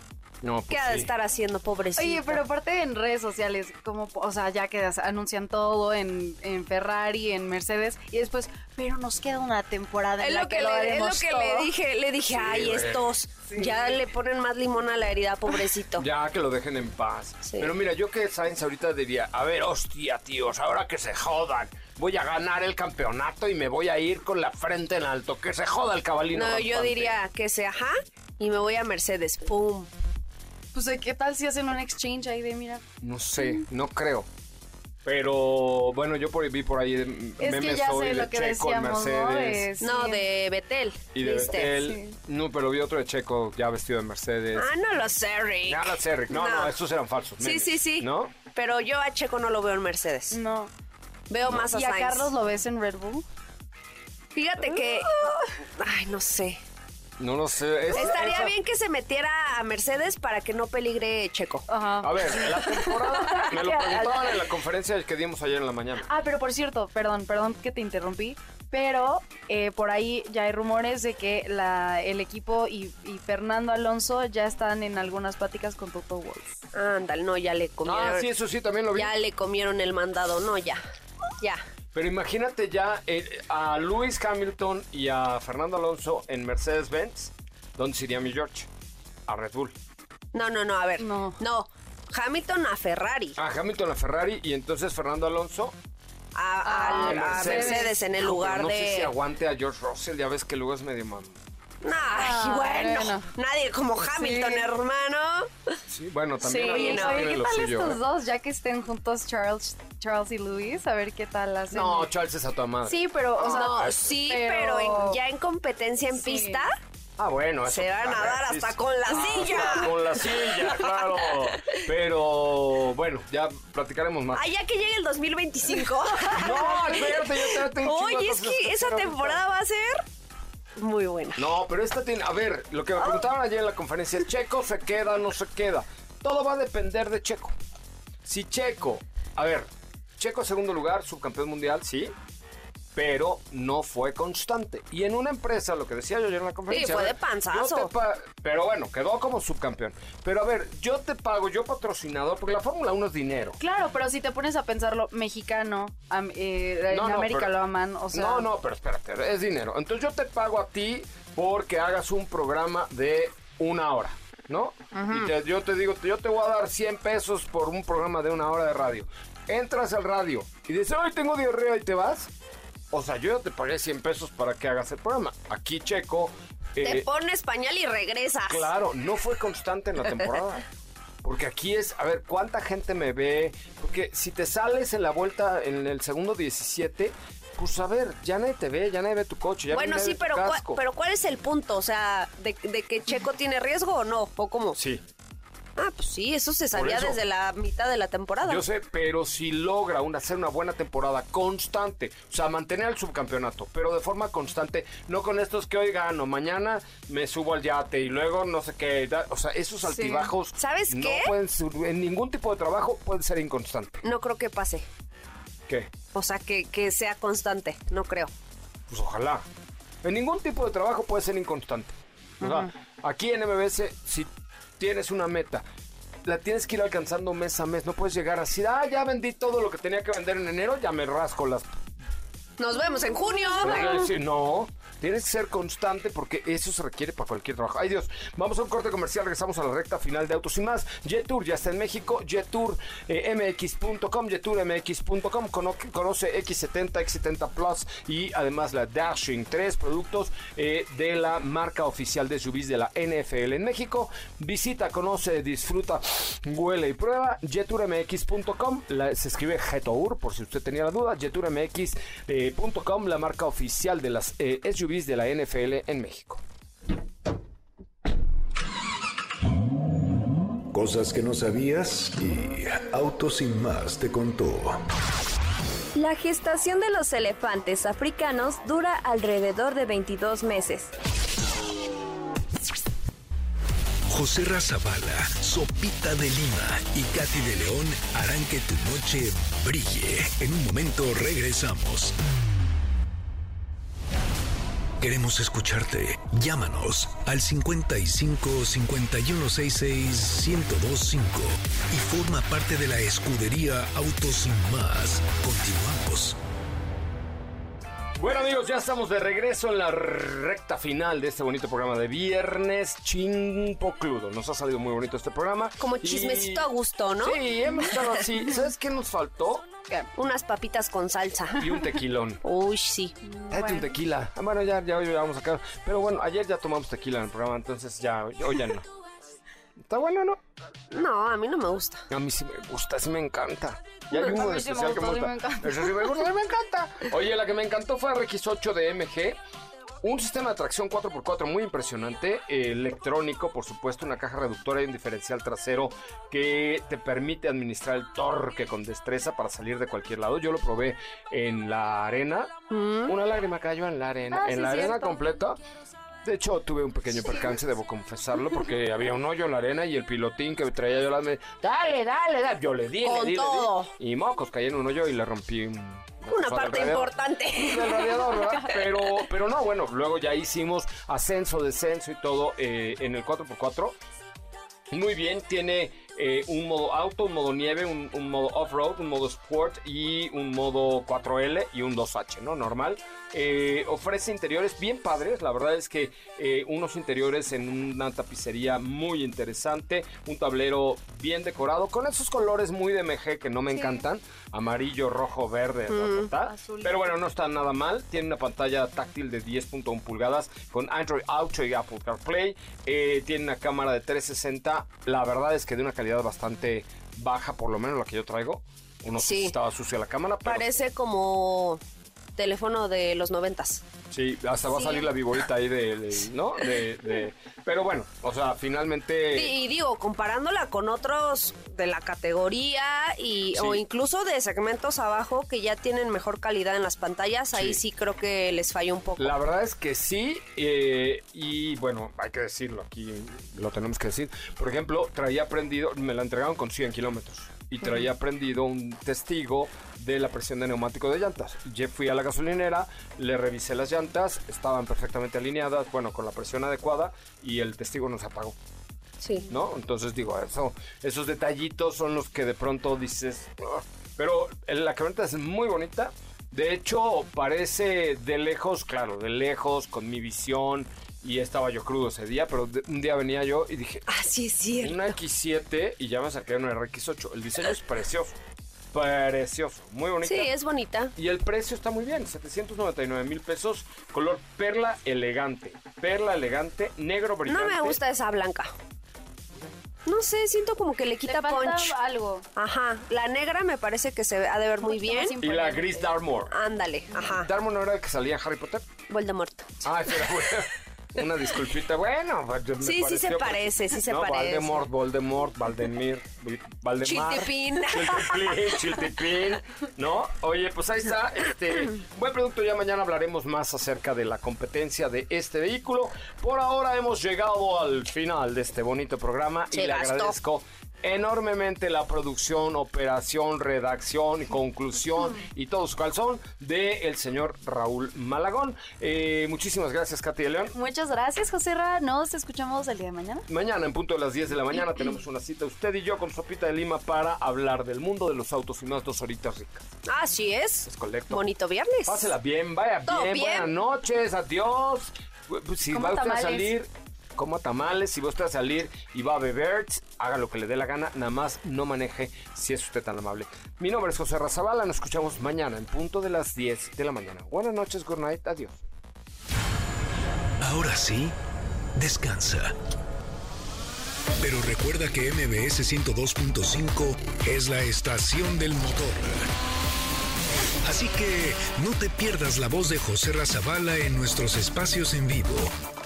S2: no, pues
S3: ¿Qué ha de
S2: sí.
S3: estar haciendo, pobrecito?
S4: Oye, pero aparte en redes sociales, como, o sea, ya que as- anuncian todo en, en Ferrari, en Mercedes, y después, pero nos queda una temporada en
S3: Es
S4: la
S3: lo que,
S4: lo
S3: le, es lo
S4: haremos
S3: que
S4: todo".
S3: le dije, le dije, ay,
S2: güey.
S3: estos ya le ponen más limón a la herida, <laughs> pobrecito.
S2: Ya que lo dejen en paz.
S3: Sí.
S2: Pero mira, yo que Sainz ahorita diría, a ver, hostia, tíos, ahora que se jodan, voy a ganar el campeonato y me voy a ir con la frente en alto, que se joda el cabalino.
S3: no, yo
S2: rampante".
S3: diría que se ajá y me voy a Mercedes. Pum.
S4: Pues, ¿qué tal si hacen un exchange ahí de, mira,
S2: No sé, no creo. Pero bueno, yo por, vi por ahí mm,
S4: Es que
S2: memes
S4: ya
S2: hoy
S4: sé
S2: de
S4: lo que
S2: Checo en
S4: decíamos, ¿no?
S2: Mercedes
S4: Es-
S3: No,
S4: Sí.
S3: Pues de Betel.
S2: y de
S3: ¿viste?
S2: Vettel. No, pero vi otro de Checo ya vestido de Mercedes.
S3: Ah, no lo sé, Rick.
S2: Nada, Cerric. No, no,
S3: No.
S2: estos eran falsos.
S3: Sí,
S2: memes,
S3: sí, sí.
S2: ¿No?
S3: Pero yo a Checo no lo veo en Mercedes.
S4: no.
S3: Veo más Mm. a
S4: ¿Y a
S3: Sainz.
S4: Carlos lo ves en Red Bull?
S3: Fíjate que. Ay, no sé.
S2: No lo sé. es-
S3: Estaría
S2: esa-
S3: bien que se metiera a Mercedes para que no peligre Checo.
S4: Ajá.
S2: A ver, la
S3: <laughs>
S2: temporada. Me lo preguntaban en la conferencia que dimos ayer en la mañana.
S4: Ah, pero por cierto, perdón, perdón que te interrumpí, pero eh, por ahí ya hay rumores de que la, el equipo y, y Fernando Alonso ya están en algunas pláticas con Toto Wolff.
S3: Ándale, no, ya le comieron.
S2: Ah, sí, eso sí, también lo vi.
S3: Ya le comieron el mandado. No, ya. Ya.
S2: Pero imagínate ya eh, a Lewis Hamilton y a Fernando Alonso en Mercedes-Benz. ¿Dónde se iría mi George? A Red Bull.
S3: No, no, no, a ver.
S4: No.
S3: No. Hamilton a Ferrari.
S2: A Hamilton a Ferrari y entonces Fernando Alonso
S3: A,
S4: Ah,
S3: al- a Mercedes. en el
S2: No,
S3: lugar
S2: pero no
S3: de.
S2: sé si aguante a George Russell, ya ves que luego es medio mamón.
S3: Ay, bueno.
S4: Ah, bueno.
S3: Nadie como Hamilton,
S4: Sí.
S3: hermano.
S2: Sí, bueno, también
S4: Oye,
S2: Alonso
S3: no.
S2: tiene
S4: ¿qué
S2: lo
S4: tal
S2: suyo,
S4: estos
S2: ¿eh?
S4: dos? Ya que estén juntos Charles, Charles y Luis, a ver qué tal hacen.
S2: No, Charles es a tu madre.
S4: sí, pero, o sea,
S3: no, sí, pero, en- ya en competencia en
S4: Sí.
S3: pista
S2: Ah, bueno, eso
S3: se van a
S2: ver,
S3: dar
S2: sí,
S3: hasta
S2: sí.
S3: con la silla.
S2: Ah, Hasta Con la
S3: <laughs>
S2: silla, claro. Pero bueno, ya platicaremos más.
S3: Ah, ya que llegue el 2025.
S2: No, espérate, yo te tengo un chingo de
S3: Oye, es
S2: cosas
S3: que
S2: te
S3: esa
S2: quiero
S3: temporada va a ser muy buena.
S2: No, pero esta tiene. A ver, lo
S3: Ah.
S2: que me preguntaban ayer en la conferencia: ¿Checo se queda no se queda? Todo va a depender de Checo. Si Checo. A ver, Checo, segundo lugar, subcampeón mundial, sí. Pero no fue constante. Y en una empresa, lo que decía yo ayer en la conferencia.
S3: fue
S2: a ver,
S3: de panzazo.
S2: yo te pa- pero bueno, quedó como subcampeón. Pero a ver, yo te pago, yo patrocinador, porque la Fórmula 1 es dinero.
S4: Claro, pero si te pones a pensarlo, mexicano, am- eh, en
S2: No, no,
S4: América
S2: pero-
S4: lo aman, o sea...
S2: No, no, pero espérate, es dinero. Entonces yo te pago a ti porque hagas un programa de una hora, ¿no? Y te- yo te digo, yo te voy a dar 100 pesos por un programa de una hora de radio. Entras al radio y dices, hoy tengo diarrea y te vas. O sea, yo ya te pagué 100 pesos para que hagas el programa. Aquí checo.
S3: Te
S2: eh,
S3: pones pañal y regresas.
S2: Claro, no fue constante en la
S3: <laughs>
S2: temporada. Porque aquí es, a ver, ¿cuánta gente me ve? Porque si te sales en la vuelta, en el segundo 17, Pues a ver, ya nadie te ve, ya nadie ve tu coche. Ya
S3: bueno,
S2: nadie
S3: sí,
S2: ve tu
S3: pero, ¿cuál-
S2: casco.
S3: pero ¿cuál es el punto? O sea, de, de que Checo tiene riesgo o no? ¿O cómo?
S2: Sí,
S3: Ah, pues sí, eso se sabía
S2: eso.
S3: desde la mitad de la temporada.
S2: yo sé, pero si logra una, hacer una buena temporada constante, o sea, mantener el subcampeonato, pero de forma constante, no con estos que hoy gano, mañana me subo al yate y luego no sé qué. da- o sea, esos altibajos
S3: ¿Sabes
S2: no
S3: qué?
S2: pueden ser- en ningún tipo de trabajo pueden ser inconstantes.
S3: No creo que pase.
S2: ¿Qué?
S3: O sea, que, que sea constante, no creo.
S2: Pues ojalá. En ningún tipo de trabajo puede ser inconstante. O sea, aquí en MBS, si tienes una meta, la tienes que ir alcanzando mes a mes. No puedes llegar así, ah, ya vendí todo lo que tenía que vender en enero, ya me rasco las...
S3: Nos vemos en junio.
S2: Sí, no, tienes que ser constante porque eso se requiere para cualquier trabajo. Ay Dios, vamos a un corte comercial, regresamos a la recta final de Autos y Más. Jetour ya está en México, eh, jetourmx.com, jetourmx.com, cono- conoce X70, X70 Plus y además la Dashing, tres productos eh, de la marca oficial de SUVs de la NFL en México. Visita, conoce, disfruta, huele y prueba. Jeturmx.com, la- se escribe Jetour por si usted tenía la duda. Jeturmx.com, la marca oficial de las eh, SUVs de la NFL en México.
S1: Cosas que no sabías y Autos sin más te contó.
S7: La gestación de los elefantes africanos dura alrededor de 22 meses.
S1: José Razabala, Sopita de Lima y Katy de León harán que tu noche brille. En un momento regresamos. Queremos escucharte. Llámanos al 55 5166 1025 y forma parte de la escudería Autos sin más. Continuamos.
S2: Bueno amigos, ya estamos de regreso en la recta final de este bonito programa de viernes chimpocludo. Nos ha salido muy bonito este programa.
S3: Como
S2: Y-
S3: chismecito a gusto, ¿no?
S2: Sí, hemos estado así. ¿Sabes qué nos faltó?
S3: Unas papitas con salsa.
S7: <laughs>
S2: Y un tequilón.
S3: Uy, sí.
S2: Date un tequila. Ah, bueno, ya, ya, ya vamos acá. Pero bueno, ayer ya tomamos tequila en el programa, entonces ya, hoy ya no. ¿Está bueno o no?
S3: No, a mí no me gusta.
S2: A mí sí me gusta, sí me encanta. Y hay
S4: A
S2: uno
S4: mí sí me
S2: especial que me
S4: gustó, sí
S2: gusta.
S4: me encanta.
S2: Ese sí me <laughs> gusta, sí me encanta. Oye, la que me encantó fue RX8 de MG. Un sistema de tracción 4x4 muy impresionante, eh, electrónico, por supuesto, una caja reductora y un diferencial trasero que te permite administrar el torque con destreza para salir de cualquier lado. Yo lo probé en la arena.
S3: Mm.
S2: Una lágrima cayó en la arena.
S4: Ah,
S2: en
S4: sí,
S2: la arena
S4: cierto.
S2: completa. De hecho, tuve un pequeño percance, debo confesarlo,
S3: <laughs>
S2: porque había un hoyo en la arena y el pilotín que traía yo la me... Dale, dale, dale. Yo le di, le
S3: Con
S2: di, le di.
S3: todo.
S2: Y mocos, caí en un hoyo y le rompí un-
S3: Una
S2: cosa
S3: parte
S2: del radiador. <laughs>
S3: importante.
S2: Del radiador, ¿verdad? Pero, pero no, bueno, luego ya hicimos ascenso, descenso y todo eh, en el 4x4. Muy bien, tiene eh, un modo auto, un modo nieve, un, un modo off-road, un modo sport y un modo 4L y un 2H, ¿no? Normal. Eh, ofrece interiores bien padres, la verdad es que eh, unos interiores en una tapicería muy interesante, un tablero bien decorado, con esos colores muy de MG que no me encantan, amarillo, rojo, verde, ta, ta, ta.
S4: Azul.
S2: pero bueno, no está nada mal, tiene una pantalla táctil de 10.1 pulgadas con Android Auto y Apple CarPlay, Eh, tiene una cámara de 360, la verdad es que de una calidad bastante baja, por lo menos la que yo traigo, uno
S3: Sí.
S2: estaba sucia la cámara, pero
S3: Parece como teléfono de los noventas.
S2: Sí, hasta va a salir la viborita ahí de, de- ¿no? De, de- pero bueno, o sea, finalmente...
S3: Y, y digo, comparándola con otros de la categoría y,
S2: Sí.
S3: o incluso de segmentos abajo que ya tienen mejor calidad en las pantallas, ahí
S2: Sí.
S3: sí creo que les falló un poco.
S2: La verdad es que sí, eh, y bueno, hay que decirlo, aquí lo tenemos que decir. Por ejemplo, traía prendido, me la entregaron con 100 kilómetros, y traía prendido un testigo de la presión de neumático de llantas. Yo fui a la gasolinera, le revisé las llantas, estaban perfectamente alineadas, bueno, con la presión adecuada, y el testigo nos apagó.
S3: Sí.
S2: ¿no? Entonces digo, eso, esos detallitos son los que de pronto dices. "Ugh". Pero la camioneta es muy bonita. De hecho, parece de lejos, claro, de lejos, con mi visión. Y estaba yo crudo ese día, pero de- un día venía yo y dije,
S3: Así Ah, es cierto.
S2: una X7 y ya me saqué una RX8. El diseño es precioso. Precioso, muy bonito.
S3: Sí, es bonita.
S2: Y el precio está muy bien, 799 mil pesos, color perla elegante, perla elegante, negro brillante.
S3: No me gusta esa blanca. No sé, siento como que le
S4: Le
S3: quita
S4: falta
S3: punch.
S4: algo.
S3: Ajá, la negra me parece que se ha de ver muy
S4: poquito más
S3: bien.
S4: imp-
S2: Y la gris Darmore.
S3: Ándale, ajá.
S2: Darmore no era que salía en Harry Potter.
S3: Voldemort.
S2: Ah, espera,
S3: <laughs>
S2: güey. Una disculpita, bueno. pues, me
S3: Sí, sí se
S2: pareció,
S3: parece, sí se
S2: no,
S3: parece.
S2: Voldemort, Voldemort, Valdemir, Vi- Valdemar.
S3: Chiltepín.
S2: Chiltepín, Chiltepín, ¿no? Oye, pues ahí está, este, buen producto, ya mañana hablaremos más acerca de la competencia de este vehículo. Por ahora hemos llegado al final de este bonito programa y
S3: Se
S2: le
S3: gastó.
S2: agradezco enormemente la producción, operación, redacción, conclusión y todo su calzón de el señor Raúl Malagón. Eh, muchísimas gracias, Katy de León.
S4: Muchas gracias, José Ra. Nos escuchamos el día de mañana.
S2: Mañana en punto de las 10 de la mañana tenemos una cita usted y yo con Sopita de Lima para hablar del mundo de los autos y más dos horitas ricas.
S3: <laughs> Así es.
S2: Es correcto.
S3: Bonito viernes.
S2: pues, Pásela bien, vaya
S3: Todo
S2: bien,
S3: bien.
S2: buenas noches, adiós. Pues, Si
S4: Coma
S2: va usted
S4: tamales.
S2: a salir, coma tamales, si va usted a salir y va a beber, haga lo que le dé la gana, nada más no maneje si es usted tan amable. Mi nombre es José Razabala, nos escuchamos mañana en punto de las 10 de la mañana. Buenas noches, good night, adiós.
S1: Ahora sí, descansa. Pero recuerda que MBS 102.5 es la estación del motor. Así que no te pierdas la voz de José Razabala en nuestros espacios en vivo.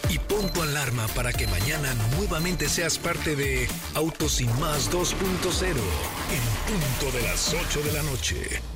S1: Y pon tu alarma para que mañana nuevamente seas parte de Autos y Más 2.0 en punto de las 8 de la noche.